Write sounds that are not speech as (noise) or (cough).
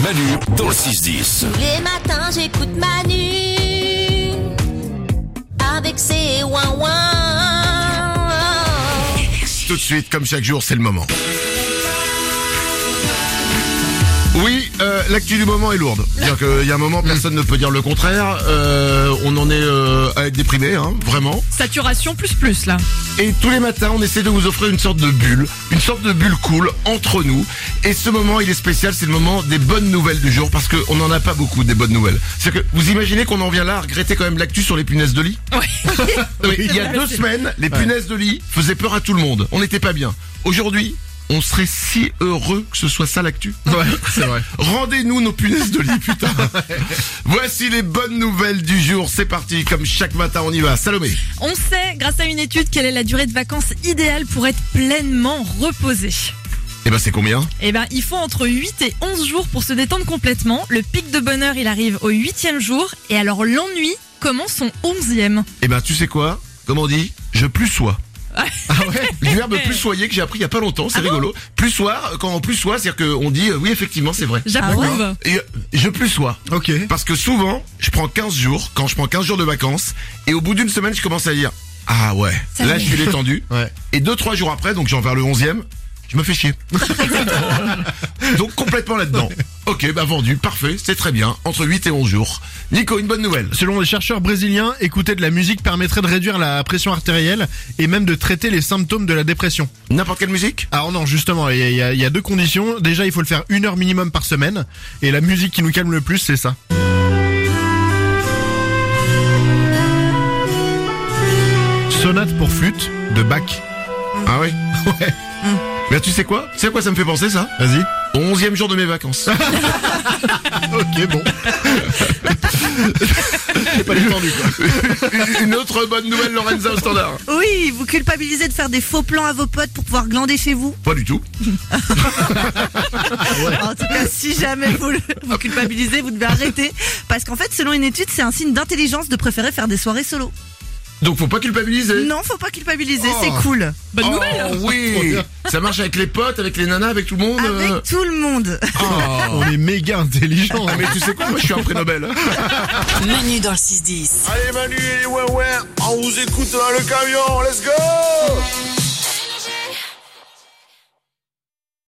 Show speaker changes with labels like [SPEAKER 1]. [SPEAKER 1] Manu dans le 6-10.
[SPEAKER 2] Tous les matins j'écoute Manu avec ses ouin ouin.
[SPEAKER 3] Tout de suite, comme chaque jour, c'est le moment. Oui, euh, l'actu du moment est lourde. C'est-à-dire qu'il y a un moment, personne ne peut dire le contraire. Euh, on en est euh, à être déprimé, hein, vraiment.
[SPEAKER 4] Saturation plus plus là.
[SPEAKER 3] Et tous les matins, on essaie de vous offrir une sorte de bulle, une sorte de bulle cool entre nous. Et ce moment, il est spécial, c'est le moment des bonnes nouvelles du jour, parce qu'on n'en a pas beaucoup des bonnes nouvelles. C'est-à-dire que vous imaginez qu'on en vient là à regretter quand même l'actu sur les punaises de lit (laughs) Oui, Il y a deux semaines, les punaises de lit faisaient peur à tout le monde. On n'était pas bien. Aujourd'hui, on serait si heureux que ce soit ça l'actu. Ouais, c'est vrai. (laughs) Rendez-nous nos punaises de lit, putain. (laughs) Voici les bonnes nouvelles du jour. C'est parti, comme chaque matin, on y va. Salomé.
[SPEAKER 4] On sait, grâce à une étude, quelle est la durée de vacances idéale pour être pleinement reposé.
[SPEAKER 3] Eh ben, c'est combien
[SPEAKER 4] Eh ben, il faut entre 8 et 11 jours pour se détendre complètement. Le pic de bonheur, il arrive au 8 jour. Et alors, l'ennui commence son 11e.
[SPEAKER 3] Eh ben, tu sais quoi Comme on dit, je plus sois.
[SPEAKER 4] Ah
[SPEAKER 3] ouais Le
[SPEAKER 4] (laughs)
[SPEAKER 3] verbe plus soyer que j'ai appris il y a pas longtemps, c'est rigolo. Plus soir, quand on plus sois, c'est-à-dire qu'on dit euh, oui effectivement c'est vrai.
[SPEAKER 4] J'approuve.
[SPEAKER 3] Et euh, je plus sois.
[SPEAKER 5] Ok.
[SPEAKER 3] Parce que souvent, je prends 15 jours, quand je prends 15 jours de vacances, et au bout d'une semaine, je commence à dire Ah ouais,
[SPEAKER 4] Ça
[SPEAKER 3] là
[SPEAKER 4] va.
[SPEAKER 3] je suis détendu.
[SPEAKER 5] (laughs) Ouais.
[SPEAKER 3] Et 2-3 jours après, donc j'en vers le 11 e je me fais chier. (laughs) donc complètement là-dedans. Ok, bah vendu, parfait, c'est très bien. Entre 8 et 11 jours. Nico, une bonne nouvelle.
[SPEAKER 5] Selon les chercheurs brésiliens, écouter de la musique permettrait de réduire la pression artérielle et même de traiter les symptômes de la dépression.
[SPEAKER 3] N'importe quelle musique
[SPEAKER 5] Alors non, justement, il y a, il y a- il y a deux conditions. Déjà, il faut le faire une heure minimum par semaine. Et la musique qui nous calme le plus, c'est ça. Sonate pour flûte de Bach.
[SPEAKER 3] Ah oui (laughs) Ouais. Mais tu sais quoi Tu sais à quoi ça me fait penser ça
[SPEAKER 5] Vas-y.
[SPEAKER 3] Au 11 e jour de mes (laughs) vacances.
[SPEAKER 5] Ok, bon.
[SPEAKER 3] (laughs) pas détendu quoi. (laughs) Une autre bonne nouvelle Lorenza au standard.
[SPEAKER 6] Oui, vous culpabilisez de faire des faux plans à vos potes pour pouvoir glander chez vous.
[SPEAKER 3] Pas du tout.
[SPEAKER 6] En tout cas, si jamais vous, le- vous culpabilisez, vous devez arrêter. Parce qu'en fait, selon une étude, c'est un signe d'intelligence de préférer faire des soirées solo.
[SPEAKER 3] Donc faut pas culpabiliser.
[SPEAKER 6] Non, faut pas culpabiliser,
[SPEAKER 3] Euh. Oh.
[SPEAKER 6] c'est cool.
[SPEAKER 4] Bonne
[SPEAKER 3] Oh,
[SPEAKER 4] nouvelle.
[SPEAKER 6] hein.
[SPEAKER 5] Trop
[SPEAKER 3] oui.
[SPEAKER 5] bien.
[SPEAKER 3] Ça marche avec les potes, avec les nanas, avec tout le monde. euh.
[SPEAKER 6] Avec tout le monde.
[SPEAKER 5] On est méga intelligents.
[SPEAKER 3] Ah, mais tu sais quoi, moi je suis un hein. prix Nobel.
[SPEAKER 7] Manu dans le 6-10.
[SPEAKER 8] Allez Manu, les ouais ouais, on vous écoute dans le camion, let's go